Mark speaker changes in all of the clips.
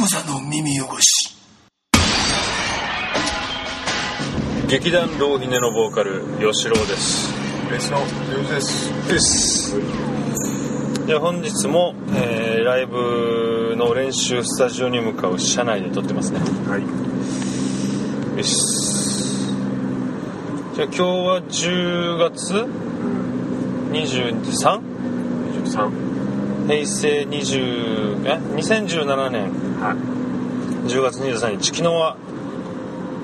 Speaker 1: 無座の耳汚し
Speaker 2: 劇団ローヒネのボーカル吉郎です
Speaker 3: 別の上手です
Speaker 2: ですで本日も、えーライブの練習スタジオに向かう車内で撮ってますね
Speaker 3: はい
Speaker 2: よしじゃあ今日は10月 23?
Speaker 3: 23
Speaker 2: 平成20え2017年
Speaker 3: は
Speaker 2: 10月23日昨日は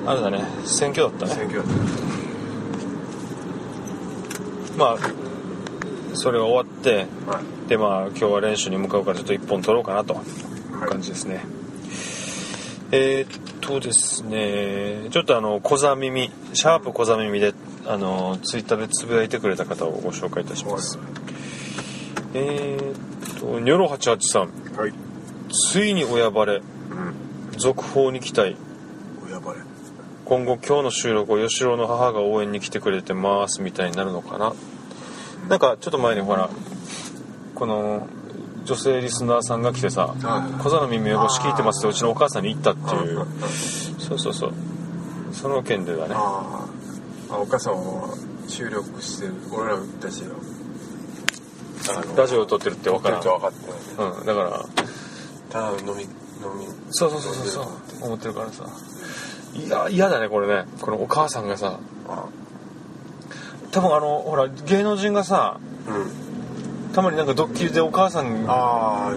Speaker 2: あれだね選挙だった
Speaker 3: い
Speaker 2: ね
Speaker 3: 選挙
Speaker 2: まあそれが終わって
Speaker 3: はい
Speaker 2: でまあ今日は練習に向かうからちょっと1本取ろうかなという感じですね、えーっとですねちょっとあの小座耳シャープ小座耳であのツイッターでつぶやいてくれた方をご紹介いたします、えーっとニョロ88さん
Speaker 3: はい
Speaker 2: ついに親バレ
Speaker 3: うん
Speaker 2: 続報に期待
Speaker 3: 親バレ
Speaker 2: 今後今日の収録を吉郎の母が応援に来てくれてますみたいになるのかななんかちょっと前にほらこの女性リスナーさんが来てさ
Speaker 3: はい
Speaker 2: 「小座の耳汚し聞いてます」ってうちのお母さんに言ったっていうそうそうそうその件でだね
Speaker 3: あーあお母さんは収録してる俺らたちが
Speaker 2: ラジオを撮ってるって分からん、
Speaker 3: 分かってない
Speaker 2: うん、だから
Speaker 3: ただ飲み飲み
Speaker 2: そうそうそうそうそう思ってるからさいや嫌だねこれねこのお母さんがさ
Speaker 3: あ
Speaker 2: 多分あのほら芸能人がさ
Speaker 3: うん
Speaker 2: たまになんかドッキリでお母さん
Speaker 3: ああ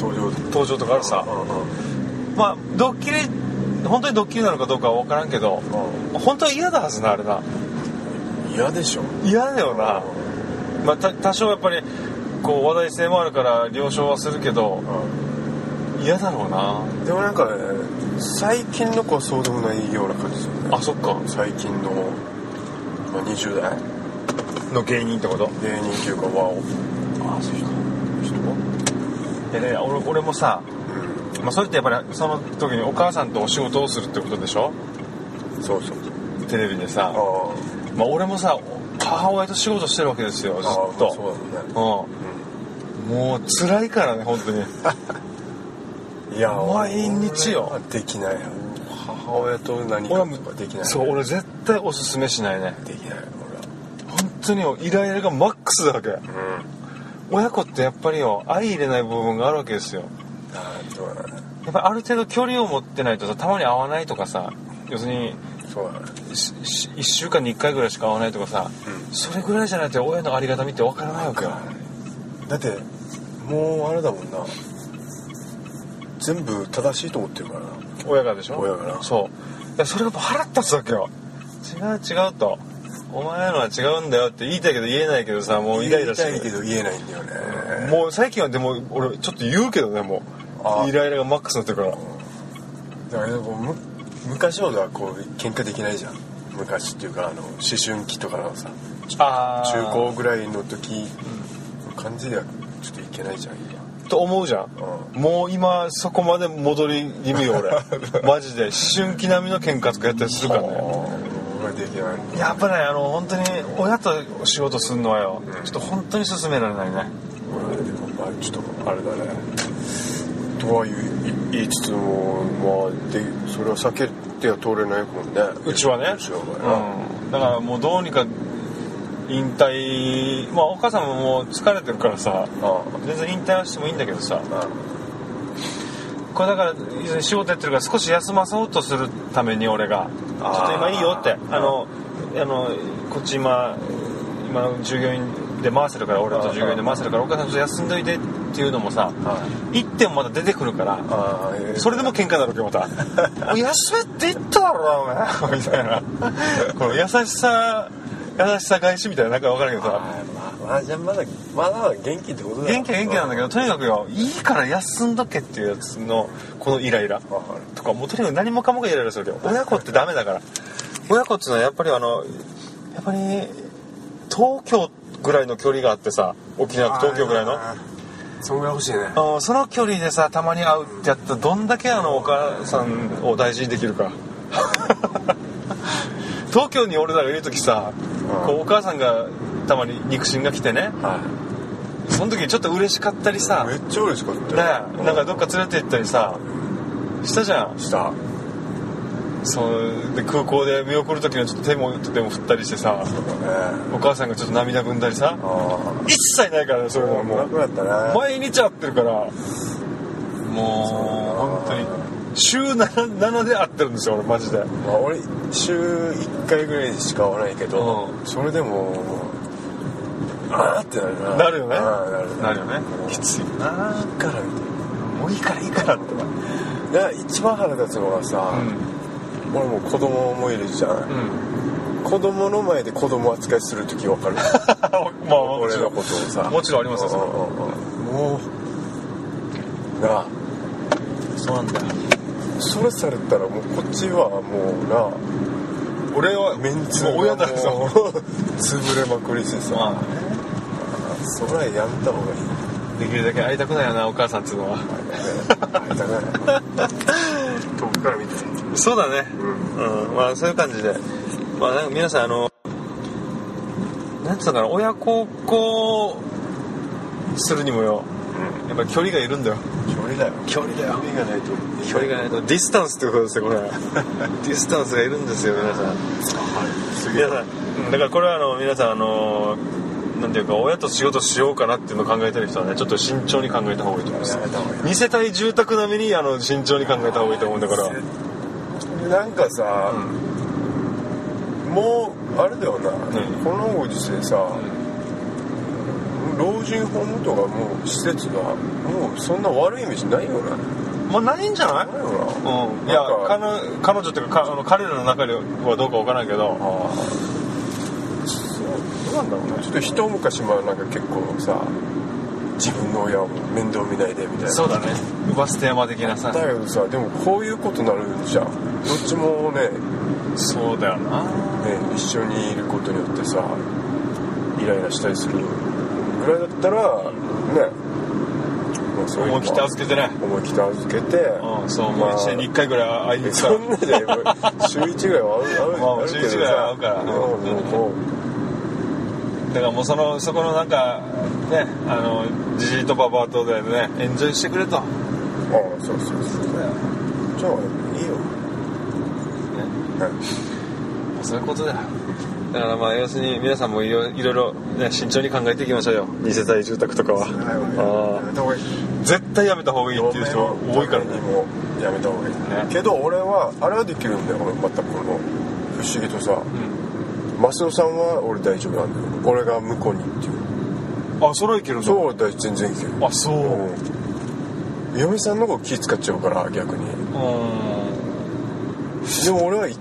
Speaker 3: 登場
Speaker 2: 登場とかあるさ
Speaker 3: うんうん
Speaker 2: まあドッキリ本当にドッキリなのかどうかは分からんけど本当は嫌だはずなあれな
Speaker 3: うん嫌でしょ
Speaker 2: 嫌だよな、まあ、た多少やっぱりこう話題性もあるから了承はするけど
Speaker 3: う
Speaker 2: 嫌だろうなん
Speaker 3: でもなんかね最近の子はそうでもないような感じですよね
Speaker 2: あそっか
Speaker 3: 最近の、まあ、20代
Speaker 2: の芸人ってこと
Speaker 3: 芸人というかワオ
Speaker 2: あそうかちょっといやね俺俺もさ、まあ、それってやっぱりその時にお母さんとお仕事をするってことでしょ
Speaker 3: そうそう
Speaker 2: テレビで
Speaker 3: あ
Speaker 2: さ
Speaker 3: あー
Speaker 2: まあ、俺もさ母親と仕事してるわけですよずっ
Speaker 3: あー
Speaker 2: と
Speaker 3: そうだね
Speaker 2: うん、もう 辛いからね本当に
Speaker 3: いや
Speaker 2: 毎日よ
Speaker 3: 俺はできない母親と何
Speaker 2: 俺
Speaker 3: か
Speaker 2: は
Speaker 3: と
Speaker 2: も
Speaker 3: か
Speaker 2: う
Speaker 3: できない
Speaker 2: そう俺絶対おすすめしないね
Speaker 3: できない
Speaker 2: 本当によイライラがマックスだわけ
Speaker 3: 俺はうん
Speaker 2: 親子ってやっぱりよ相入れない部分があるわけですよ
Speaker 3: あーそうだね
Speaker 2: やっぱりある程度距離を持ってないとさたまに会わないとかさ要するに
Speaker 3: そうだね
Speaker 2: 1週間に1回ぐらいしか会わないとかさ、
Speaker 3: う
Speaker 2: それぐらいじゃないと親のありがたみってわからないわけよ
Speaker 3: だってもうあれだもんな全部正しいと思ってるからな
Speaker 2: 親がでしょ
Speaker 3: 親がな
Speaker 2: そういやそれがもう腹立つわけよ違う違うとお前のは違うんだよって言いたいけど言えないけどさもうイライラして
Speaker 3: 言いたいけど言えないんだよね
Speaker 2: もう最近はでも俺ちょっと言うけどねも
Speaker 3: あ
Speaker 2: うイライラがマックスになってるから
Speaker 3: だからこうむ昔ほどはこう喧嘩できないじゃん昔っていうかあの思春期とかのさ
Speaker 2: あ
Speaker 3: 中高ぐらいの時の感じではちょっといけないじゃん今
Speaker 2: と思うじゃん
Speaker 3: う
Speaker 2: もう今そこまで戻り気味よ 俺マジで思春期並みの喧嘩とかやったりするからね
Speaker 3: 俺はできない
Speaker 2: やっぱねあの本当に親と仕事すんのはよちょっと本当に勧められないね
Speaker 3: 俺はでもまあちょっとあれだねとは言い言いつつもまあでそれは避けては通れないもんね
Speaker 2: うちはね
Speaker 3: うちはお前な
Speaker 2: うんだからもうどうにか引退まあお母さんももう疲れてるからさ
Speaker 3: あ
Speaker 2: 全然引退はしてもいいんだけどさ
Speaker 3: ああ
Speaker 2: これだから仕事やってるから少し休まそうとするために俺がちょ
Speaker 3: あー
Speaker 2: っと今いいよってあのあのこっち今今従業員で回せるから俺と従業員で回せるからお母さんちょっと休んどいてっていうのもさ
Speaker 3: あはい
Speaker 2: 行ってもまだ出てくるから
Speaker 3: ああええ
Speaker 2: それでも喧嘩になるけどまた「 もう休めって言っただろお前」みたいなこの優しさ優しさ返しみたいななんか分からんけどさ
Speaker 3: あまあまあじゃあまだまだ元気ってことだよ
Speaker 2: 元気は元気なんだけどとにかくよいいから休んどけっていうやつのこのイライラ
Speaker 3: わかる
Speaker 2: とかもうとにかく何もかもがイライラするけど親子ってダメだから親子っていうのはやっぱりあのやっぱり東京ぐらいの距離があってさ沖縄と東京ぐらいの
Speaker 3: あーそんぐらい欲しいね
Speaker 2: うんその距離でさたまに会うってやったらどんだけあのお母さんを大事にできるか 東京に俺らがいる時さ
Speaker 3: うん
Speaker 2: こうお母さんがたまに肉親が来てね
Speaker 3: は
Speaker 2: その時ちょっと嬉しかったりさ
Speaker 3: いめっちゃ嬉しかった
Speaker 2: ねなんかどっか連れて行ったりさしたじゃん
Speaker 3: した
Speaker 2: そうで空港で見送る時のちょっと手も手も振ったりしてさ
Speaker 3: ね
Speaker 2: お母さんがちょっと涙ぐんだりさ
Speaker 3: あ
Speaker 2: 一切ないからねそういうのは
Speaker 3: あもう
Speaker 2: も
Speaker 3: な
Speaker 2: う
Speaker 3: くなったね
Speaker 2: 毎日会ってるからもう本当に週 7, 7で会ってるんですよ俺マジで
Speaker 3: まあ、俺週1回ぐらいしか会わないけど、
Speaker 2: う
Speaker 3: それでもああってなるな
Speaker 2: なるよね
Speaker 3: ああなる
Speaker 2: なるよねきついよな
Speaker 3: だからみ
Speaker 2: もういいからいいからってな
Speaker 3: たいな一番腹立つのがさ、俺も子供もいるじゃん、
Speaker 2: ん
Speaker 3: 子供の前で子供扱いする時分かる
Speaker 2: ま あも
Speaker 3: 俺
Speaker 2: ち
Speaker 3: の
Speaker 2: ろ
Speaker 3: ことを
Speaker 2: ん
Speaker 3: さ
Speaker 2: もちろんありますよそれ
Speaker 3: うんうんうんもうなあ
Speaker 2: そうなんだよ
Speaker 3: それされたらもうこっちはも
Speaker 2: 俺は
Speaker 3: うなメンツ
Speaker 2: もう親だ
Speaker 3: もう
Speaker 2: か らさ
Speaker 3: 潰れまくりしてさ、
Speaker 2: まあ
Speaker 3: それはやめた方がいい
Speaker 2: できるだけ会いたくないよなお母さんっつうのは
Speaker 3: 会いたくない 遠くから見て
Speaker 2: そうだね
Speaker 3: うん
Speaker 2: うん、まあそういう感じで、まあ、なんか皆さんあのなんつうのかな親孝行するにもよやっぱ距離がいるんだよ
Speaker 3: 距離だよ
Speaker 2: 距離だ
Speaker 3: 距離がないと
Speaker 2: 距離がないとディスタンスってことです よこれディスタンスがいるんですよ皆さん
Speaker 3: すげえ
Speaker 2: 皆さんだからこれはあの皆さんあのなんていうか親と仕事しようかなっていうのを考えてる人はねちょっと慎重に考えた方がいいと思います
Speaker 3: 考えた方がいい
Speaker 2: 2世帯住宅並みにあの慎重に考えた方がいいと思うんだから
Speaker 3: なんかさ、もうあれだよな、
Speaker 2: ん
Speaker 3: このご時世さ、老人ホームとかもう施設がもうそんな悪いイメージないよな
Speaker 2: まあないんじゃない
Speaker 3: ないよな、あ
Speaker 2: うん、いや
Speaker 3: なんか
Speaker 2: 彼女彼女っていうかかあの彼らの中ではどうかわからないけど
Speaker 3: あそうどうなんだろうなちょっと一昔前はなんか結構さ自分の親を面倒見ないでみたいな
Speaker 2: うだねウバステ山的なさ
Speaker 3: だけどさでもこういうことになるじゃんどっちもねね
Speaker 2: そうだよな
Speaker 3: 一緒にいることによってさイライラしたりするぐらいだったらね、まあ、そういうのは
Speaker 2: 思い切って預けてね
Speaker 3: 思い切って預けて
Speaker 2: うんそうもう
Speaker 3: まあ
Speaker 2: 1年に1回ぐらい会いに行くか
Speaker 3: そんなでもう週1ぐらいは会う
Speaker 2: まあ
Speaker 3: 会う会うけ
Speaker 2: 週一
Speaker 3: ど
Speaker 2: ぐらいは
Speaker 3: さ
Speaker 2: 会うから
Speaker 3: もうもうこ
Speaker 2: らだからもうそのそこのなんかねあのじじいとばばあとでねエンジョイしてくれと
Speaker 3: うああそうそうそう
Speaker 2: そうだよ、ね、
Speaker 3: じゃあいいよはい
Speaker 2: もうそういうことだよだからまあ要するに皆さんもいろいろいろ、ね、慎重に考えていきましょうよ二世帯住宅とかは
Speaker 3: やめた方がいい
Speaker 2: 絶対やめた方がいいっていう人は多いから
Speaker 3: 嫁
Speaker 2: ね
Speaker 3: もやめた方がいい、
Speaker 2: ね
Speaker 3: けど俺はあれはできるんだよ俺全くこの不思議とさ、増尾さんは俺大丈夫なんだよ俺が向こうにっていう
Speaker 2: あそれはいけるんだ
Speaker 3: そうだ全然いける
Speaker 2: あそう、
Speaker 3: うん嫁さんの方が気使っちゃうから逆に
Speaker 2: う
Speaker 3: でも俺はい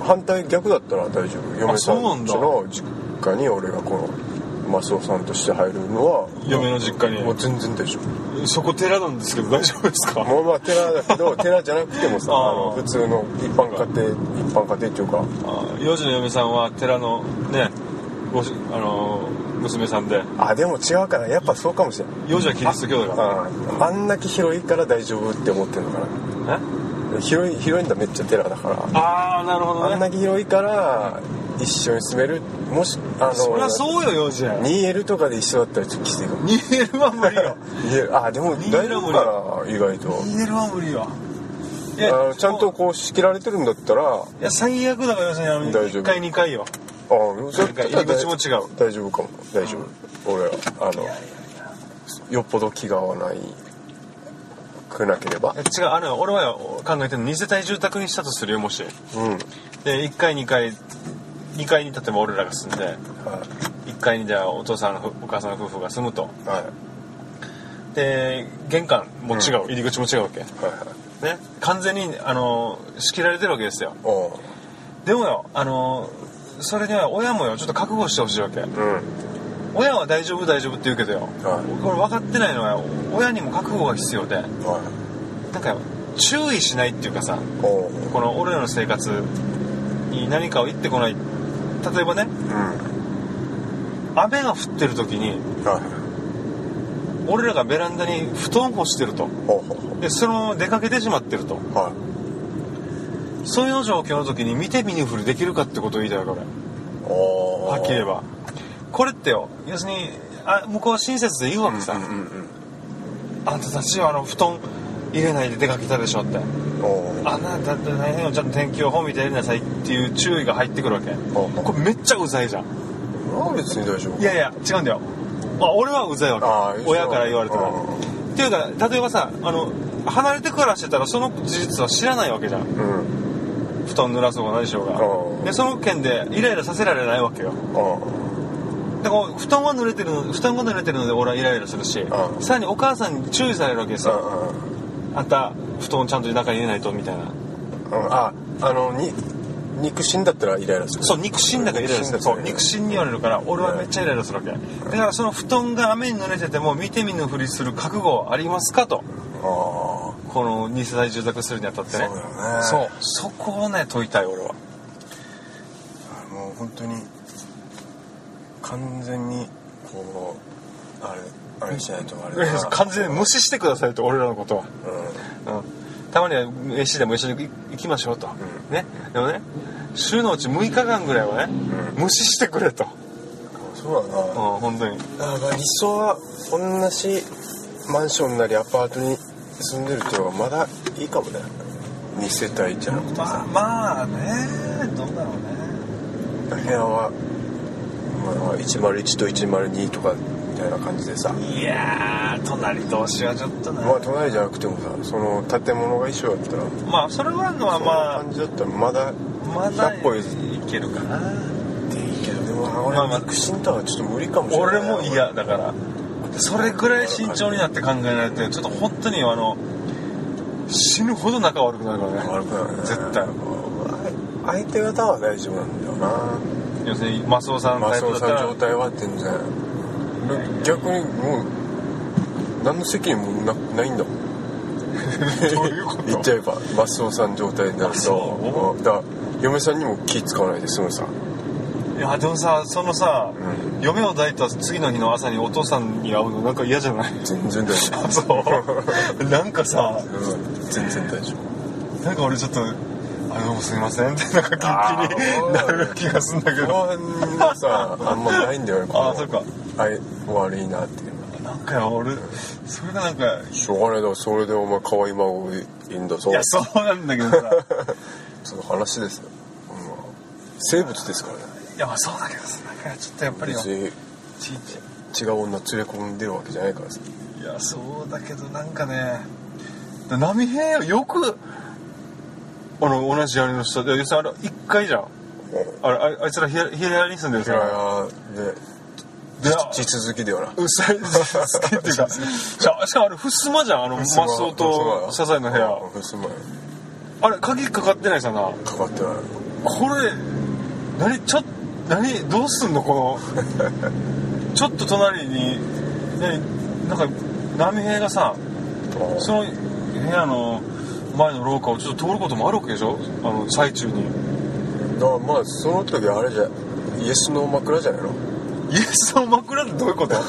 Speaker 3: 反対逆だったら大丈夫嫁さ
Speaker 2: そうなん
Speaker 3: ん
Speaker 2: だ
Speaker 3: ちの実家に俺がこの増尾さんとして入るのは
Speaker 2: 嫁の実家に
Speaker 3: もう全然大丈夫
Speaker 2: んそこ寺なんですけど大丈夫ですか
Speaker 3: もうまあ寺だけ ど寺じゃなくてもさ
Speaker 2: あー
Speaker 3: あの普通の一般家庭一般家庭っていうか
Speaker 2: 幼児の嫁さんは寺のねごしあのー娘さんで
Speaker 3: あでも違うかなやっぱそうかもしれない
Speaker 2: 幼児はキリスト教だか
Speaker 3: ああんだけ広いから大丈夫って思ってるのからな広い広いんだめっちゃ寺だから
Speaker 2: ああなるほ
Speaker 3: あんだけ広いから一緒に住めるもしあ
Speaker 2: そりゃ
Speaker 3: の
Speaker 2: そうよ幼児
Speaker 3: 2L とかで一緒だったらちょっときついかも
Speaker 2: 逃げるは無理よ
Speaker 3: 2L あでも大丈夫かな意外と
Speaker 2: 逃げるは無理よい
Speaker 3: あのちゃんとこう仕切られてるんだったらあ
Speaker 2: いや最悪だから要するにあの
Speaker 3: 大丈夫
Speaker 2: 1回2回よ
Speaker 3: そ
Speaker 2: なんか入り口も違う
Speaker 3: 大丈夫かも大丈夫俺はあのよっぽど気が合わないくなければ
Speaker 2: いや違うあれよ俺はよ考えてるの2世帯住宅にしたとするよもし
Speaker 3: うんはい
Speaker 2: で1回2回2階に例えば俺らが住んで1階にじゃあお父さんのお母さんの夫婦が住むと
Speaker 3: はい
Speaker 2: で玄関も違う、入り口も違うわけ
Speaker 3: はいはい
Speaker 2: ね完全にあの仕切られてるわけですよ
Speaker 3: おう
Speaker 2: でもよあのそれには親もよちょっと覚悟してほしいわけ
Speaker 3: うん
Speaker 2: 親は大丈夫大丈夫って言うけどよ、
Speaker 3: はい
Speaker 2: これ分かってないのは親にも覚悟が必要で
Speaker 3: はい
Speaker 2: なんかよ注意しないっていうかさ
Speaker 3: おう
Speaker 2: この俺らの生活に何かを言ってこない例えば
Speaker 3: う
Speaker 2: ね
Speaker 3: ん
Speaker 2: 雨が降ってる時に
Speaker 3: はい
Speaker 2: 俺らがベランダに布団を干してると
Speaker 3: ほうほうほ
Speaker 2: でそのまま出かけてしまってると
Speaker 3: うはい
Speaker 2: そういう状況の時に見て見ぬふりできるかってことを言いたいわけ俺
Speaker 3: お
Speaker 2: はっきり言え
Speaker 3: ば
Speaker 2: ばこれってよ要するにあ向こうは親切で言うわけさ、
Speaker 3: うんうん
Speaker 2: あんたたちはあの布団入入れないで出かけたでしょって
Speaker 3: おー
Speaker 2: あなたって大変よちゃんと天気予報見てやりなさいっていう注意が入ってくるわけこれめっちゃうざいじゃん
Speaker 3: あ別に大丈夫
Speaker 2: いやいや違うんだよ、まあ、俺はうざいわ
Speaker 3: ああ
Speaker 2: け親から言われて
Speaker 3: あ
Speaker 2: もっていうか例えばさあの離れて暮らしてたらその事実は知らないわけじゃん
Speaker 3: うん
Speaker 2: 布団濡らそうが何しよう
Speaker 3: あ
Speaker 2: が
Speaker 3: あ
Speaker 2: でその件でイライラさせられないわけよ
Speaker 3: あ
Speaker 2: だから布団は濡れてるの布団が濡れてるので俺はイライラするし
Speaker 3: ああ
Speaker 2: さらにお母さんに注意されるわけです
Speaker 3: あ
Speaker 2: よあんた布団ちゃんと中に入れないとみたいな
Speaker 3: ああのに肉親だったらイライラする
Speaker 2: そう肉親だからイライラする
Speaker 3: 肉親だ
Speaker 2: そう
Speaker 3: から
Speaker 2: 肉親に言われるから俺はめっちゃイライラするわけだからその布団が雨に濡れてても見て見ぬふりする覚悟ありますかと
Speaker 3: あ
Speaker 2: この二世代住宅するにあたってね
Speaker 3: そうだよね
Speaker 2: そうそこをね問いたい俺は
Speaker 3: あもう本当に完全にこうあれあれしないとあれだ な
Speaker 2: 完全に無視してくださいと俺らのことは
Speaker 3: う
Speaker 2: うんたまには飯でも一緒に行きましょうと、ねでもね週のうち6日間ぐらいはね、無視してくれと、
Speaker 3: んそうだな、
Speaker 2: うん、本当に
Speaker 3: あまあ理想は同じマンションなりアパートに住んでるっていうのがまだいいかもね2世帯じゃなくて
Speaker 2: まあまあねどうだろうね
Speaker 3: 部屋は、まあ、101と102とかみたいな感じでさ
Speaker 2: いやー隣同士はちょっとね
Speaker 3: まあ隣じゃなくてもさその建物が一緒だったら
Speaker 2: まあそれはあるのは
Speaker 3: そんな
Speaker 2: ま
Speaker 3: 感じだったらまだ
Speaker 2: あまだ
Speaker 3: 100歩
Speaker 2: い
Speaker 3: 譲
Speaker 2: けるかな
Speaker 3: っていいけどでも
Speaker 2: まあま
Speaker 3: 俺
Speaker 2: あ
Speaker 3: 肉親とはちょっと無理かもしれない
Speaker 2: 俺も嫌だからそれぐらい慎重になって考えないとちょっと本当にあの死ぬほど仲悪くなるからね
Speaker 3: 悪くないね
Speaker 2: 絶対
Speaker 3: あ相手方は大丈夫なんだよな
Speaker 2: 要するにマスオさんの
Speaker 3: マ
Speaker 2: タイ
Speaker 3: ス
Speaker 2: プ
Speaker 3: オ
Speaker 2: だっ
Speaker 3: さ
Speaker 2: た
Speaker 3: ん
Speaker 2: ら
Speaker 3: 状態は全然逆にもう何の責任もなないんだもん
Speaker 2: どういうこ
Speaker 3: 言っちゃえばマスオさん状態になる
Speaker 2: あ
Speaker 3: と
Speaker 2: そ
Speaker 3: うんだから嫁さんにも気使わないで済むさ
Speaker 2: いやでもさそのさ、
Speaker 3: う
Speaker 2: 嫁を抱いた次の日の朝にお父さんに会うのなんか嫌じゃない
Speaker 3: 全然大丈
Speaker 2: そうなんかさ
Speaker 3: 夫うん 全然大丈
Speaker 2: なんか俺ちょっと「あどうもすいません」 ってなんか
Speaker 3: あ
Speaker 2: 気
Speaker 3: ー
Speaker 2: になる気がすんだけ
Speaker 3: 夫
Speaker 2: ど
Speaker 3: 後半がさあんまないんだよね
Speaker 2: あーそっか
Speaker 3: あい悪いなっていうの
Speaker 2: なんかよ俺それがなんか
Speaker 3: しょうがないだろそれでお前可愛い孫いいんだぞ
Speaker 2: いやそうなんだけどさ
Speaker 3: その話ですよ、うん生物ですからね
Speaker 2: いやまあそうだけどさなんかちょっとやっぱりよ
Speaker 3: 別に
Speaker 2: ちいち
Speaker 3: 違う女連れ込んでるわけじゃないからさ
Speaker 2: いやそうだけどなんかね波平よくあの同じやりの人で要するにあれ1回じゃんあれああいつらヒレヒレアリに住んでる
Speaker 3: 平
Speaker 2: さ
Speaker 3: 屋で
Speaker 2: で
Speaker 3: 地続きだよな
Speaker 2: うっさい好きっていうかしかしかもあれ襖じゃんあのマスオとサザエの部屋
Speaker 3: ふすまよ
Speaker 2: あれ鍵かかってないさな
Speaker 3: かかってない
Speaker 2: これ何ちょっ何どうすんのこのちょっと隣に何なんか波平がさその部屋の前の廊下をちょっと通ることもあるわけでしょあの最中に
Speaker 3: だからまあその時あれじゃイエスの枕じゃないの
Speaker 2: イエスの枕ってどういうこ とじゃあ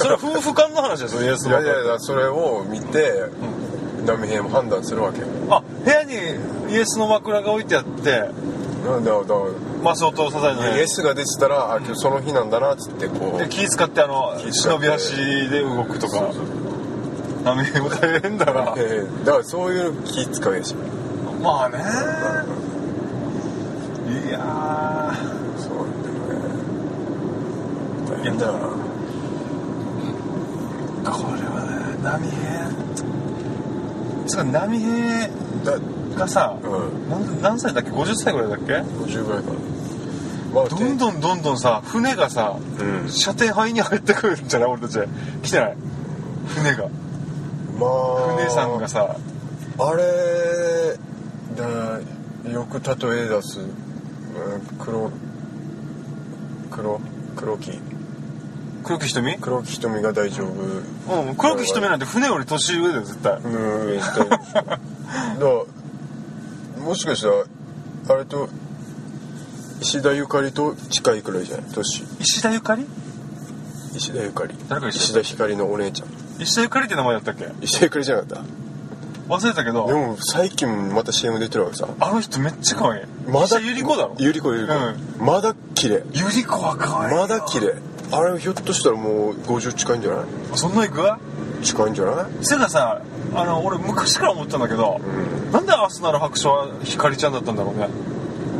Speaker 2: それ夫婦間の話ですよイエス
Speaker 3: い
Speaker 2: の
Speaker 3: やい
Speaker 2: 枕
Speaker 3: やいやそれを見て波平も判断するわけよ
Speaker 2: あ部屋にイエスの枕が置いてあって
Speaker 3: なんだだから
Speaker 2: マスオとサザエの部屋
Speaker 3: イエスが出てたらあ今日その日なんだなっつってこ
Speaker 2: で
Speaker 3: う
Speaker 2: 気使ってあの
Speaker 3: 気使
Speaker 2: 忍
Speaker 3: って
Speaker 2: び足で動くとか波平も大変 だな
Speaker 3: ええだからそういうの気使うやし
Speaker 2: まあね
Speaker 3: そうなんだよね
Speaker 2: いや
Speaker 3: 大変だよな
Speaker 2: ーこれはね波平つうか波平
Speaker 3: だ
Speaker 2: がさ、
Speaker 3: うん
Speaker 2: なん何歳だっけ50歳ぐらいだっけ
Speaker 3: 50ぐらいかなまあ
Speaker 2: どんどんどんどんさ船がさ、
Speaker 3: うん
Speaker 2: 射程範囲に入ってくるんじゃない俺たち来てない船が
Speaker 3: まあ
Speaker 2: 船さんがさ
Speaker 3: あれだよく例え出す、うん、黒黒黒木
Speaker 2: 黒木瞳
Speaker 3: 黒木瞳が大丈夫
Speaker 2: うん黒木瞳なんて船より年上だよ絶対
Speaker 3: うんえっとだからもしかしたらあれと石田ゆかりと近いくらいじゃない年
Speaker 2: 石田ゆかり
Speaker 3: 石田ゆかり
Speaker 2: 誰か石
Speaker 3: 石
Speaker 2: 田
Speaker 3: 田ひかりのお姉ちゃん
Speaker 2: 石田ゆかりって名前だったっけ
Speaker 3: 石田ゆかりじゃなかっ
Speaker 2: 忘れたけ
Speaker 3: たで
Speaker 2: ど
Speaker 3: も最近また CM 出てるわけさ
Speaker 2: あの人めっちゃ可愛い
Speaker 3: まだ
Speaker 2: 石田ゆり子だろ
Speaker 3: ゆり子ゆり子、
Speaker 2: う
Speaker 3: まだ綺麗
Speaker 2: ゆり子は可愛い
Speaker 3: まだ綺麗あれひょっとしたらもう50近いんじゃない
Speaker 2: そんな行く
Speaker 3: 近いんじゃない
Speaker 2: 背がさあの俺昔から思ってたんだけど、なんでアスナル白書はひかりちゃんだったんだろうね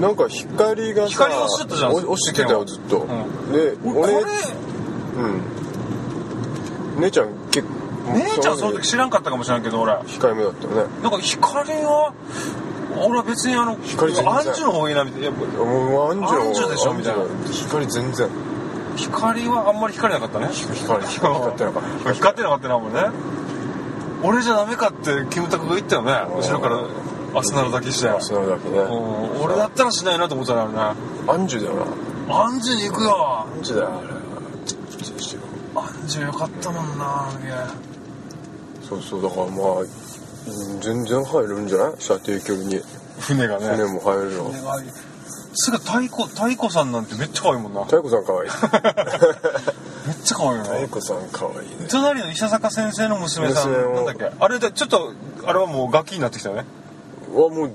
Speaker 3: なんか光がさ
Speaker 2: 光落ちてたじゃん
Speaker 3: お落ちてたよずっと、
Speaker 2: うん
Speaker 3: で
Speaker 2: これ
Speaker 3: 俺うん姉ちゃん結構
Speaker 2: 姉ちゃんそ
Speaker 3: そう
Speaker 2: の
Speaker 3: いう
Speaker 2: 時知らんかったかもしれんけど俺なんか
Speaker 3: 控えめだったよね
Speaker 2: 光は俺は別にあの
Speaker 3: 光全然
Speaker 2: アンジュの方がいいなみたいなやっぱ
Speaker 3: もうアンジュ
Speaker 2: アンジュでしょみたいな
Speaker 3: 光全然
Speaker 2: 光はあんまり光らなかったね
Speaker 3: 光光ってなかった
Speaker 2: 光ってなかったなもんね俺じゃダメかってキムタクが言ったよね
Speaker 3: ん
Speaker 2: 後ろからアスナルだけして
Speaker 3: あそれだけね
Speaker 2: うん俺だったらしないなと思ったらね
Speaker 3: アンジュだよな
Speaker 2: アンジュに行くよ
Speaker 3: アンジュだよあれそうしてよ
Speaker 2: アンジュよかったもんなあげ
Speaker 3: そうそうだからまあうん全然入るんじゃない射程距離に
Speaker 2: 船がね
Speaker 3: 船も入るの
Speaker 2: 船がすぐ太鼓太鼓さんなんてめっちゃ可愛いもんなめっ
Speaker 3: 妙子さんかわいい
Speaker 2: ちゃ可愛いよね
Speaker 3: 妙子さんかわいいね
Speaker 2: 隣の伊佐坂先生の娘さん
Speaker 3: 娘を
Speaker 2: なんだっけあれでちょっとあれはもうガキになってきたよね
Speaker 3: はもう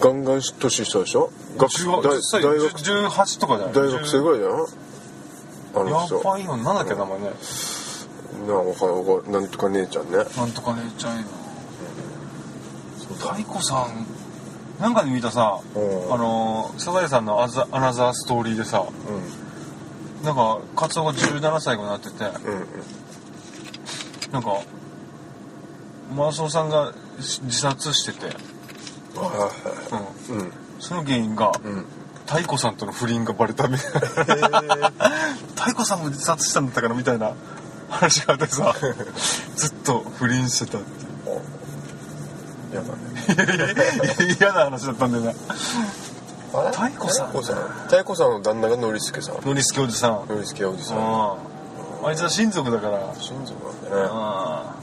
Speaker 3: ガンガン年下でしょ学生大
Speaker 2: 18歳
Speaker 3: 大学
Speaker 2: 18とかじゃない
Speaker 3: 大学生ぐらいじゃないあの
Speaker 2: や
Speaker 3: 人
Speaker 2: ばいよなんだっけ名前ね
Speaker 3: なおかおかなんとか姉ちゃんね
Speaker 2: なんとかねちゃんよ太鼓さんなんかで見たさ
Speaker 3: うん
Speaker 2: あのーサザエさんのアザアナザーストーリーでさなんかカツオが17歳になって
Speaker 3: うん
Speaker 2: て
Speaker 3: うん
Speaker 2: なんかマラソンさんがし自殺してて、
Speaker 3: はい
Speaker 2: うん
Speaker 3: うんうん
Speaker 2: その原因が、
Speaker 3: ん
Speaker 2: 太鼓さんとの不倫がバレたみたいな太鼓さんも自殺したんだったかなみたいな話があっ てさずっと不倫してたって
Speaker 3: やだね
Speaker 2: いう 嫌な話だったんだよね
Speaker 3: あ
Speaker 2: 太鼓さん
Speaker 3: 太鼓さん太鼓さんの旦那がノリスケさん
Speaker 2: ノリスケおじさん、うん、
Speaker 3: ノリスケおじさん
Speaker 2: あいつは親族だから
Speaker 3: 親族なんだねノ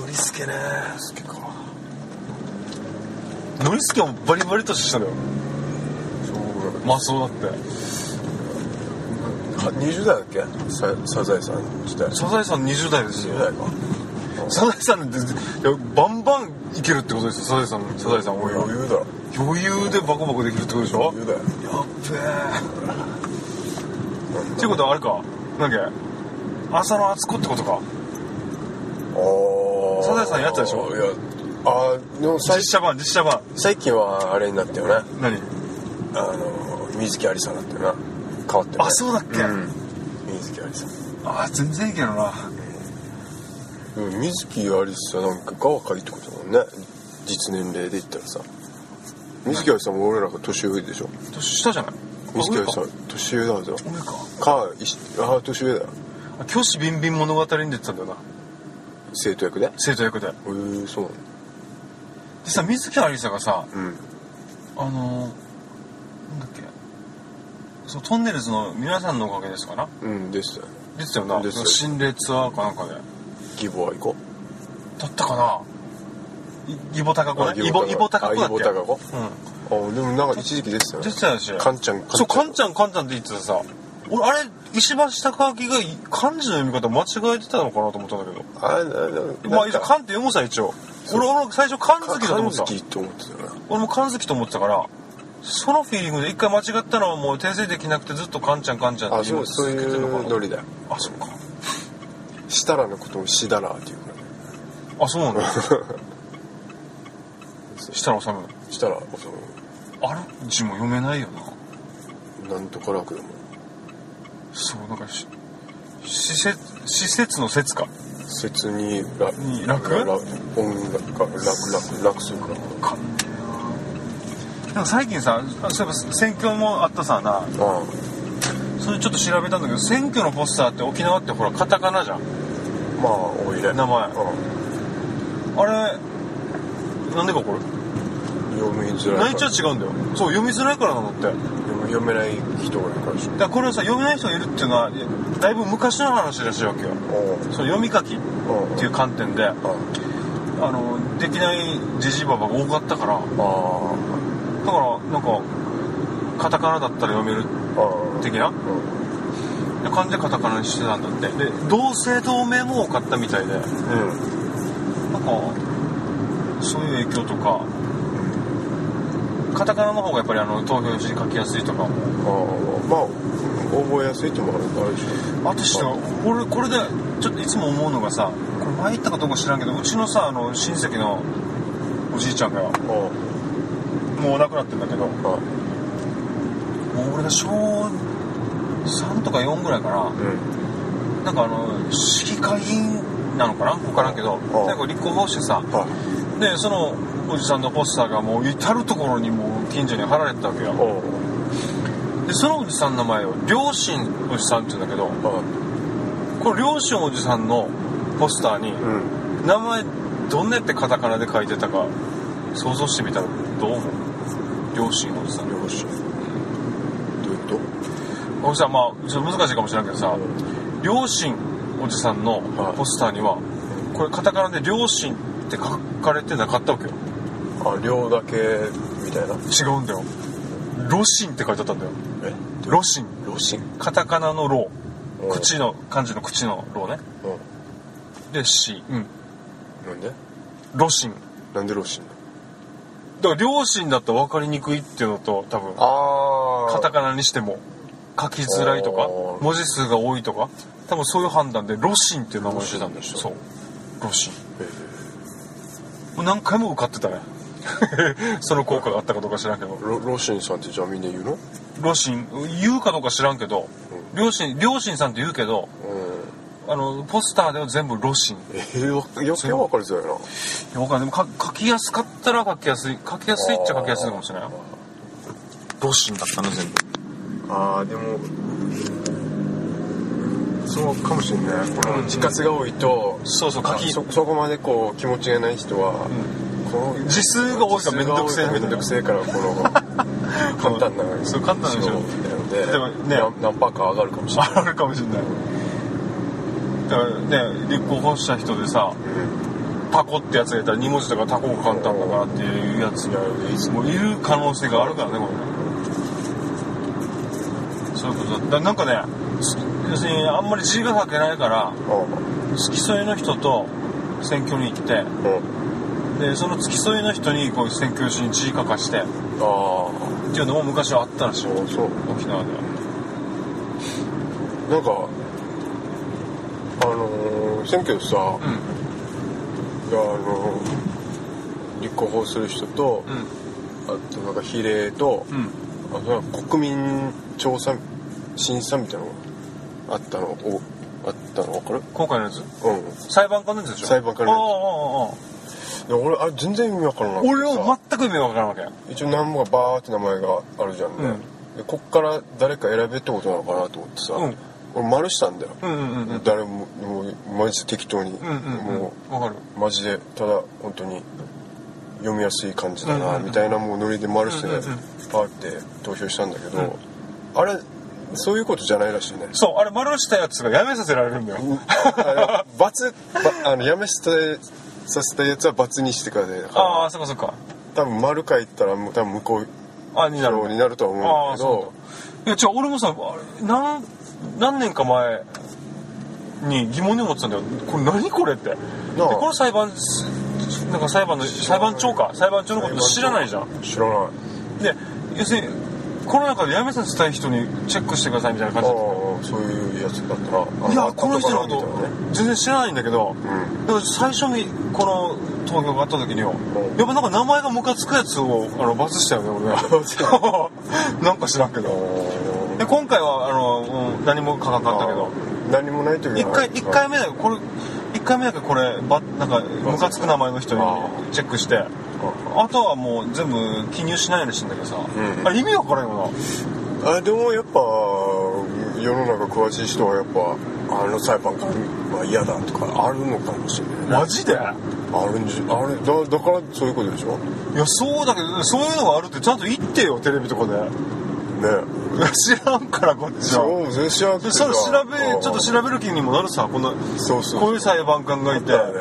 Speaker 2: ノリスケね
Speaker 3: リスケか
Speaker 2: ノリスケもバリバリとしたのよ
Speaker 3: そうだね
Speaker 2: マスオだって
Speaker 3: は20代だっけササザエさん時代
Speaker 2: サザエさん20代ですよ
Speaker 3: 20代か
Speaker 2: サザエさんっていやバンバンいけるってことですよサザエさんサザエさん
Speaker 3: 余
Speaker 2: 俺は
Speaker 3: 裕だろ
Speaker 2: 余裕でバコバコできるってことでしょ
Speaker 3: 余裕だよ
Speaker 2: やっべえっていうことはあれかなんだっけ浅野敦子ってことか
Speaker 3: ああ
Speaker 2: サザエさんやったでしょ
Speaker 3: いやあーでも最
Speaker 2: 実写版実写版
Speaker 3: 最近はあれになったよね
Speaker 2: 何
Speaker 3: あの水木有りさんだったよな変わって
Speaker 2: あそうだっけ
Speaker 3: うん水木有りさん
Speaker 2: あー全然いいけどな
Speaker 3: うん水木有りさんなんかが若いってことだもんね実年齢で言ったらさ水木有りさんも俺らが年上でしょ
Speaker 2: 年下じゃない
Speaker 3: 水木有りさ
Speaker 2: ん
Speaker 3: ん年上だぞ
Speaker 2: 上か
Speaker 3: かいしああ年上だよ
Speaker 2: あ教師ビンビン物語に出てたんだよな
Speaker 3: 生徒役でへ
Speaker 2: 生徒役でで
Speaker 3: えー、そうなんだ
Speaker 2: さ水木有りさんがさ
Speaker 3: うん
Speaker 2: あのー、なんだっけそうトンネルズの皆さんのおかげですかな
Speaker 3: うんでしたよ
Speaker 2: 出てたよな
Speaker 3: です
Speaker 2: 心霊ツアーかなんかで
Speaker 3: 義母は行こ
Speaker 2: だったかない義母高
Speaker 3: う
Speaker 2: 子だ義母義母高子だっ
Speaker 3: 義母高子
Speaker 2: けうん
Speaker 3: あーでもなんか一時期出てたよね
Speaker 2: 出てたし
Speaker 3: カンちゃん
Speaker 2: そうカンちゃんカンちゃんって言ってたさ俺あれ石橋貴明がい漢字の読み方間違えてたのかなと思ったんだけ
Speaker 3: あれだだ
Speaker 2: どまあ一応カンって読むさ一応俺俺も最初カン好きだと
Speaker 3: カ
Speaker 2: 思
Speaker 3: ン
Speaker 2: ってた
Speaker 3: 好きって思ってたよな
Speaker 2: 俺もカン好きと思ってたからそのフィーリングで一回間違ったのはもう訂正できなくてずっとカンちゃんカンちゃん
Speaker 3: あ
Speaker 2: って
Speaker 3: そ
Speaker 2: 言
Speaker 3: うそう
Speaker 2: 続
Speaker 3: い
Speaker 2: けてるの
Speaker 3: う
Speaker 2: か
Speaker 3: ノ
Speaker 2: な
Speaker 3: リだよ
Speaker 2: あそっか
Speaker 3: したらのことをしだらっていうから
Speaker 2: あそ うなんだしたら収める
Speaker 3: したらその
Speaker 2: あれ字も読めないよな
Speaker 3: なんとか楽だもん
Speaker 2: そうなんかし施設施設の説か
Speaker 3: 切に楽
Speaker 2: に楽
Speaker 3: 音楽が楽楽楽するから
Speaker 2: かなんか最近さあそういえば選挙もあったさな
Speaker 3: あ
Speaker 2: それちょっと調べたんだけど選挙のポスターって沖縄ってほらカタカナじゃん
Speaker 3: あまあおいれ
Speaker 2: 名前
Speaker 3: うん
Speaker 2: あれなんでかこれ
Speaker 3: 読みづらい
Speaker 2: 内
Speaker 3: から
Speaker 2: 地は違うんだよそう読みづらいからなんだってだか
Speaker 3: 読め読めない人がいるからでしょ
Speaker 2: らこれをさ読めない人がいるっていうのはだいぶ昔の話らしいわけよその読み書きっ
Speaker 3: うん
Speaker 2: ていう観点であのできないジジイババが多かったからだ
Speaker 3: ああ
Speaker 2: からなんかカタカナだったら読める
Speaker 3: あ
Speaker 2: 的な
Speaker 3: うん
Speaker 2: で漢字でカタカナにしてたんだってで同姓同名も多かったみたいでなんか
Speaker 3: うん
Speaker 2: そういう影響とかカタカナの方がやっぱりあの投票用紙に書きやすいとか
Speaker 3: ああまあ覚えやすいってもあるからでしょ
Speaker 2: あとしてはこれこれでちょっといつも思うのがさこ俺前行ったかどうか知らんけどうちのさあの親戚のおじいちゃんが
Speaker 3: うん
Speaker 2: もう亡くなってんだけども
Speaker 3: あ
Speaker 2: う俺が小3とか4ぐらいかな
Speaker 3: うん
Speaker 2: なんかあの市議会議員なのかな分からんけど
Speaker 3: うん
Speaker 2: なんか立候補してさ
Speaker 3: あ
Speaker 2: でそのおじさんのポスターがもう至る所にもう近所に貼られてたわけよ
Speaker 3: おう
Speaker 2: でそのおじさんの名前を両親おじさんって言うんだけど
Speaker 3: あ
Speaker 2: この両親おじさんのポスターに
Speaker 3: うん
Speaker 2: 名前どんなやってカタカナで書いてたか想像してみたらどう思う両親おじさん
Speaker 3: よしどういうこ
Speaker 2: おじさんまあちょっと難しいかもしれんけどさ両親おじさんのポスターにはこれカタカナで両親って書かれてなかったわけよ
Speaker 3: とあ量だけみたいな
Speaker 2: 違うんだよロシンって書いてあったんだよ
Speaker 3: え
Speaker 2: ロシン
Speaker 3: ロシン
Speaker 2: カタカナのロ
Speaker 3: うん
Speaker 2: ー口の漢字の口のローね
Speaker 3: う
Speaker 2: でシン
Speaker 3: んなんで
Speaker 2: ロシン
Speaker 3: なんでロシン
Speaker 2: だから両親だと分かりにくいっていうのと多分
Speaker 3: あ
Speaker 2: カタカナにしても書きづらいとか
Speaker 3: おー
Speaker 2: 文字数が多いとか多分そういう判断で「ロシン」っていう名前をしてたんでしょ
Speaker 3: ロシン
Speaker 2: そう
Speaker 3: え」
Speaker 2: 「ロシンもう何回も受かってたね その効果があったかどうか知らんけど
Speaker 3: ロロシンさんってじゃあみんな言うの
Speaker 2: 「ロシン」言うかどうか知らんけど両親両親さんって言うけど
Speaker 3: うん
Speaker 2: あのポスターでは全部「ロシン
Speaker 3: えー、わ余計分かりづらいな」
Speaker 2: よくでもか書きやすかったら書きやすい書きやすいっちゃ書きやすいかもしれないよロシンだったの全部
Speaker 3: あーでもそうかもしれないこの自活が多いと、
Speaker 2: そうそう書き
Speaker 3: そそこまでこう気持ちがない人は、この
Speaker 2: 字数が多いからめんどくせえ
Speaker 3: 字数が多いからめんどくせえからこ の簡単な
Speaker 2: そう簡単なでしょ
Speaker 3: ので
Speaker 2: でもね
Speaker 3: 何何パーか上がるかもしれない
Speaker 2: あるかもしれないだからね立候補した人でさタコってやつがいたら2文字とかタコが簡単だからっていうやつがいつもいる可能性があるからねこれねそういうことだだなんかねす要するにあんまり字が書けないから
Speaker 3: う
Speaker 2: 付き添いの人と選挙に行って
Speaker 3: んうん
Speaker 2: でその付き添いの人にこういう選挙用紙に字書かしてっ
Speaker 3: ああ
Speaker 2: ていうのも昔はあったらしい
Speaker 3: そうそう
Speaker 2: 沖縄では
Speaker 3: なんかあのー、選挙でさ、あ
Speaker 2: う
Speaker 3: のー立候補する人と、
Speaker 2: ん
Speaker 3: あとなんか比例と、
Speaker 2: うんうん
Speaker 3: あの国民調査審査みたいなのがあったのをあったの分かる
Speaker 2: 今回のやつ
Speaker 3: うん
Speaker 2: 裁判官のやつでしょ
Speaker 3: 裁判官のやつ
Speaker 2: ああああああ
Speaker 3: で俺あれ全然意味分からなくてさ
Speaker 2: 俺は全く意味がわからんわけ
Speaker 3: 一応何もがバーって名前があるじゃんね、でこっから誰か選べってことなのかなと思ってさ、
Speaker 2: うん
Speaker 3: 俺丸したんだよ、
Speaker 2: うんうんうんうん
Speaker 3: 誰ももうマジで適当に、
Speaker 2: うんうん
Speaker 3: も
Speaker 2: うんわかる
Speaker 3: うマジでただ本当に読みやすい感じだ
Speaker 2: うんう
Speaker 3: なん
Speaker 2: うん
Speaker 3: みたいなもうノリで丸して
Speaker 2: うんうんうん
Speaker 3: パーって投票したんだけど、
Speaker 2: うん
Speaker 3: あれそういうことじゃないらしいね
Speaker 2: そうあれ丸したやつがやめさせられるんだよ
Speaker 3: あの 罰ばあのやめさせさせたやつは罰にしてからでだから
Speaker 2: ああそっかそっか
Speaker 3: 多分丸書いたらもう多分向こう
Speaker 2: あになる
Speaker 3: 票になるとは
Speaker 2: あ
Speaker 3: 思うん
Speaker 2: あ
Speaker 3: だ
Speaker 2: そうだいや違う俺もさあれなん何年か前に疑問に思ってたんだよこれ何これってで
Speaker 3: なあ
Speaker 2: この裁判なんか裁判の裁判長か裁判長の
Speaker 3: け
Speaker 2: こ
Speaker 3: ど
Speaker 2: と知らないじゃん
Speaker 3: 知らない
Speaker 2: で要するにこの中でやめさせたい人にチェックしてくださいみたいな
Speaker 3: あ
Speaker 2: 感じだった
Speaker 3: あそういうやつだったない
Speaker 2: いやこの人のこ
Speaker 3: みたいなね
Speaker 2: と全然知らないんだけど、
Speaker 3: ん
Speaker 2: でも最初にこの投票があった時によ、
Speaker 3: うん
Speaker 2: やっぱなんか名前がムカつくやつをあの罰したよね俺は なんか知らんけどで今回はあの、うん何も書かなかったけど
Speaker 3: 何もないという
Speaker 2: 一回一回目だけこれ一回目だけこればなんかムカつく名前の人
Speaker 3: あ
Speaker 2: にチェックしてあとはもう全部記入しないようにしてんだけどさ、
Speaker 3: うん
Speaker 2: あれ意味わからんよ
Speaker 3: あでもやっぱ世の中詳しい人はやっぱあの裁判官は嫌だとかあるのかもしれ
Speaker 2: な
Speaker 3: ない
Speaker 2: マジで
Speaker 3: あるんじゃあれだだからそういうことでしょね
Speaker 2: いやそうだけどそういうのがあるってちゃんと言ってよテレビとかでいや知らんからこっち
Speaker 3: そ
Speaker 2: は
Speaker 3: う全然知らなく
Speaker 2: で
Speaker 3: て
Speaker 2: それ調べ
Speaker 3: ああ
Speaker 2: ちょっと調べる気にもなるさこんな
Speaker 3: そうそう
Speaker 2: こういう裁判官がいて
Speaker 3: だよね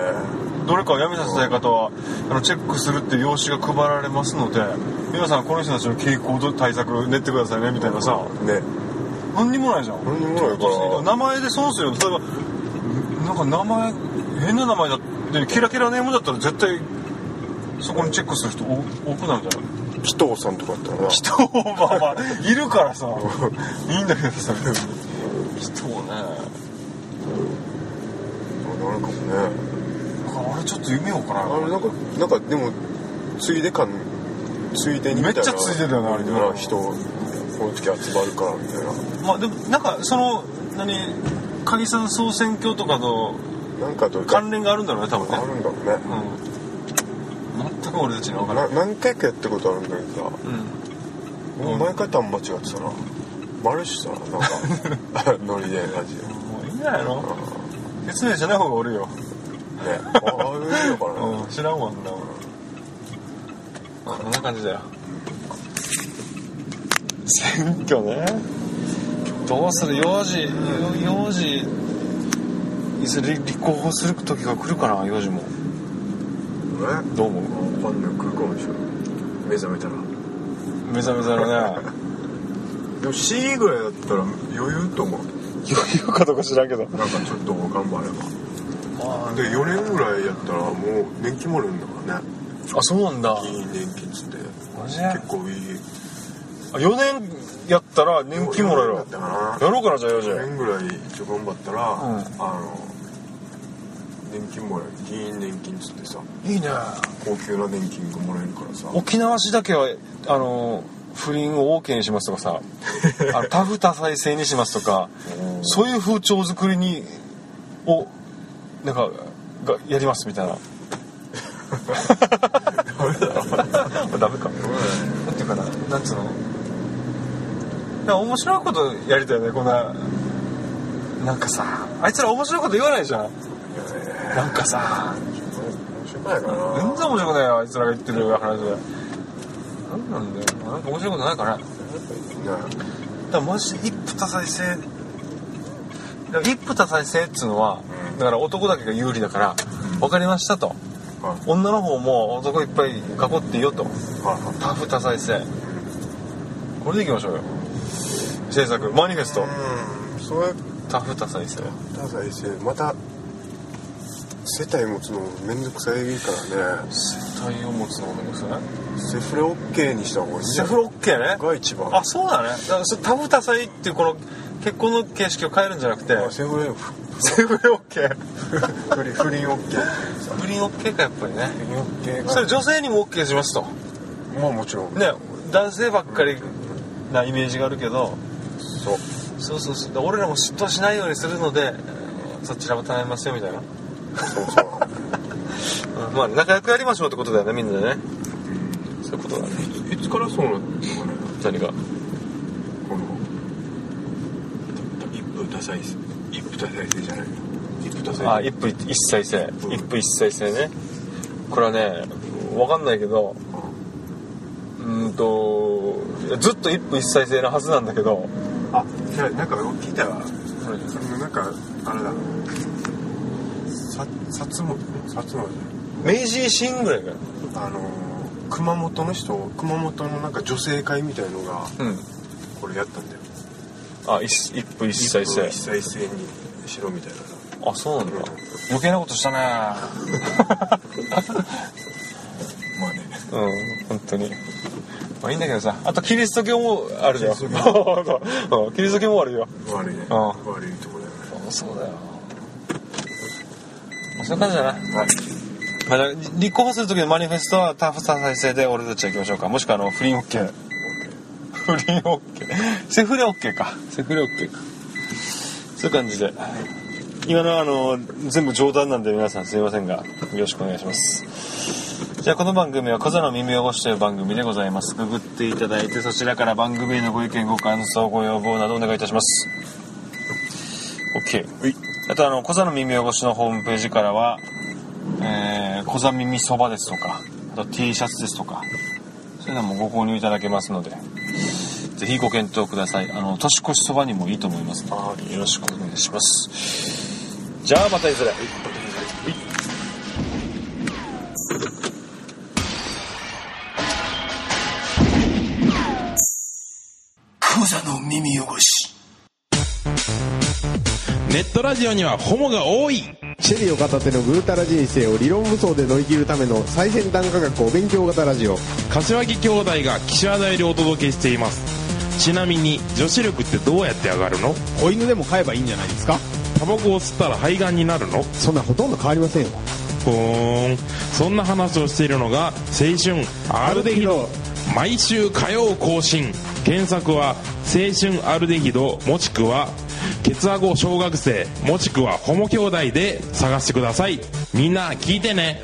Speaker 2: どれかを辞めさせたい方はあのチェックするっていう用紙が配られますので皆さんこの人たちの傾向と対策練ってくださいねみたいなさ
Speaker 3: ね
Speaker 2: 何にもないじゃん
Speaker 3: 何にもないから
Speaker 2: 名前で損するよ例えばなんか名前変な名前だってキラキラネームだったら絶対そこにチェックする人多多くなるんじゃない
Speaker 3: 紀藤さんとかあったらな
Speaker 2: 人もまあまあいるからさいいんだけどさ別に人をね
Speaker 3: なんかもね
Speaker 1: あれちょっと夢をかな
Speaker 3: あれなんかなんかでもついで感ついでにみたい
Speaker 1: め
Speaker 3: な
Speaker 1: っちゃついでだよねあれね
Speaker 3: 俺ら人この時集まるからみたいな
Speaker 2: まあでもなんかその何解散総選挙とかの
Speaker 3: なんかと
Speaker 2: 関連があるんだろうね多分
Speaker 3: あ
Speaker 2: ね
Speaker 3: るんだろうね
Speaker 2: うん全く俺たちの分からん
Speaker 3: な何回かやったことあるんだけどさ
Speaker 2: うん
Speaker 3: もう毎回間違ってたなバレしてたななんかノリでマジでね
Speaker 2: もういいんじゃないの説明しない方が俺よ
Speaker 3: ああいうのかな、
Speaker 2: うん知らんわそんなもんまあこんな感じだよ選挙ねどうする幼児幼児いずれ立候補する時が来るかな幼児も
Speaker 3: ね
Speaker 2: どう思う
Speaker 3: ファンの空港でしょ目覚めたら
Speaker 2: 目覚めざる ね
Speaker 3: でも C ぐらいだったら余裕と思う
Speaker 2: 余裕かどうか知らんけど
Speaker 3: なんかちょっと頑張れば
Speaker 2: あ
Speaker 3: で4年ぐらいやったらもう年金もらえるんだからね
Speaker 2: そうなんだ
Speaker 3: 議員年金っつって
Speaker 2: マジ
Speaker 3: 結構いい
Speaker 2: 4年やったら年金もらえる
Speaker 3: だったか
Speaker 2: やろうかなじゃあ幼児
Speaker 3: な4年ぐらい一応頑張ったら、
Speaker 2: ん
Speaker 3: あの年金もらえる議員年金っつってさ
Speaker 2: いいね
Speaker 3: 高級な年金がもらえるからさ
Speaker 2: 沖縄市だけはあの不倫を OK にしますとか さあの多夫多妻制にしますとか
Speaker 3: うん
Speaker 2: そういう風潮作りにをなんかがやりますみたいなダメかなんていうかななんつうのなんか面白いことやりたいよねこんななんかさあいつら面白いこと言わないじゃんなんかさ
Speaker 3: 面白くないか
Speaker 2: 全
Speaker 3: な
Speaker 2: 然面白くないよあいつらが言ってる話は何なんだよなんか面白いことないかなだか
Speaker 3: ね
Speaker 2: らもし一夫多妻制だから一夫多妻制っつうのは
Speaker 3: うん
Speaker 2: だから男だけが有利だから分かりましたと
Speaker 3: は
Speaker 2: 女の方も男いっぱい囲っていいよと
Speaker 3: いは
Speaker 2: 多夫多妻制これでいきましょうよ政策マニフェスト
Speaker 3: いうんそうやっ
Speaker 2: 多夫多妻制
Speaker 3: た財政また世帯持つのめんどくさいからね
Speaker 2: 世帯を持つのもですね
Speaker 3: セフレ OK にした方がいいんじ
Speaker 2: セ
Speaker 3: ゃない
Speaker 2: フロッケね
Speaker 3: が一番
Speaker 2: あそうだねだからそれ多夫多妻っていうこの結婚の形式を変えるんじゃなくて
Speaker 3: あセフレふ
Speaker 2: セフレオッケー
Speaker 3: 不倫不倫 OK
Speaker 2: 不倫オッケーかやっぱりね
Speaker 3: 不倫 OK
Speaker 2: それ女性にもオッケーしますと
Speaker 3: まあもちろん
Speaker 2: ね男性ばっかりなイメージがあるけど
Speaker 3: そう
Speaker 2: そうそうそうで俺らも嫉妬しないようにするのでそちらも頼みますよみたいな、
Speaker 3: そうそう
Speaker 2: うんまあ仲良くやりましょうってことだよねみんなでねそういうことだね
Speaker 3: いつからそうなったのかね
Speaker 2: 何が
Speaker 3: この一夫多妻制一夫多妻制じゃない一夫多妻
Speaker 2: あ
Speaker 3: 制
Speaker 2: 一夫一妻制
Speaker 3: うん
Speaker 2: 一夫一妻制ねこれはね分かんないけどうーんといやずっと一夫一妻制なはずなんだけど
Speaker 3: あじゃあなんか聞いたわそのなんかあれださ薩摩薩摩じ
Speaker 2: 明治維新ぐらいから
Speaker 3: ゃないあのー熊本の人熊本のなんか女性会みたいのが
Speaker 2: うん
Speaker 3: これやったんだよ
Speaker 2: あ一一夫一妻
Speaker 3: 一夫
Speaker 2: 制
Speaker 3: 一妻制にしろみたいなさ
Speaker 2: あそうなんだ
Speaker 3: うん
Speaker 2: 余計なことしたね
Speaker 3: まあね
Speaker 2: うん本当にまあいいんだけどさあとキリスト教もあるじゃん
Speaker 3: キ
Speaker 2: キ
Speaker 3: リ
Speaker 2: リ
Speaker 3: ス
Speaker 2: スト教キリスト教もあるよ
Speaker 3: 悪いね
Speaker 2: うん
Speaker 3: 悪いとこだよね
Speaker 2: そうだよそういう感じだな、
Speaker 3: はい
Speaker 2: まあ、だから立候補する時のマニフェストはタフさ再生で俺たちは行きましょうかもしくはあの不倫 OK 不倫 OK セフレ OK かセフレ OK かそういう感じで今のはあの全部冗談なんで皆さんすいませんがよろしくお願いしますじゃあこの番組は「小座の耳汚し」という番組でございますググっていただいてそちらから番組へのご意見ご感想ご要望などお願いいたします OK
Speaker 3: はい
Speaker 2: あとあの、小座の耳汚しのホームページからは、えー、小座耳そばですとか、あと T シャツですとか、そういうのもご購入いただけますので、ぜひご検討ください。あの、年越しそばにもいいと思いますので、よろしくお願いします。じゃあまたいずれ。
Speaker 4: クザの耳汚し。
Speaker 5: ネットラジオにはホモが多い
Speaker 6: シェリーを片手のぐうたら人生を理論武装で乗り切るための最先端科学お勉強型ラジオ
Speaker 5: 柏木兄弟が岸和田よりお届けしていますちなみに女子力ってどうやって上がるの
Speaker 6: 子犬でも飼えばいいんじゃないですか
Speaker 5: タバコを吸ったら肺がんになるの
Speaker 6: そんなほとんど変わりませんよ
Speaker 5: ポーンそんな話をしているのが青春アルデヒド毎週火曜更新検索は青春アルデヒドもしくはケツアゴ小学生もしくはホモ兄弟で探してくださいみんな聞いてね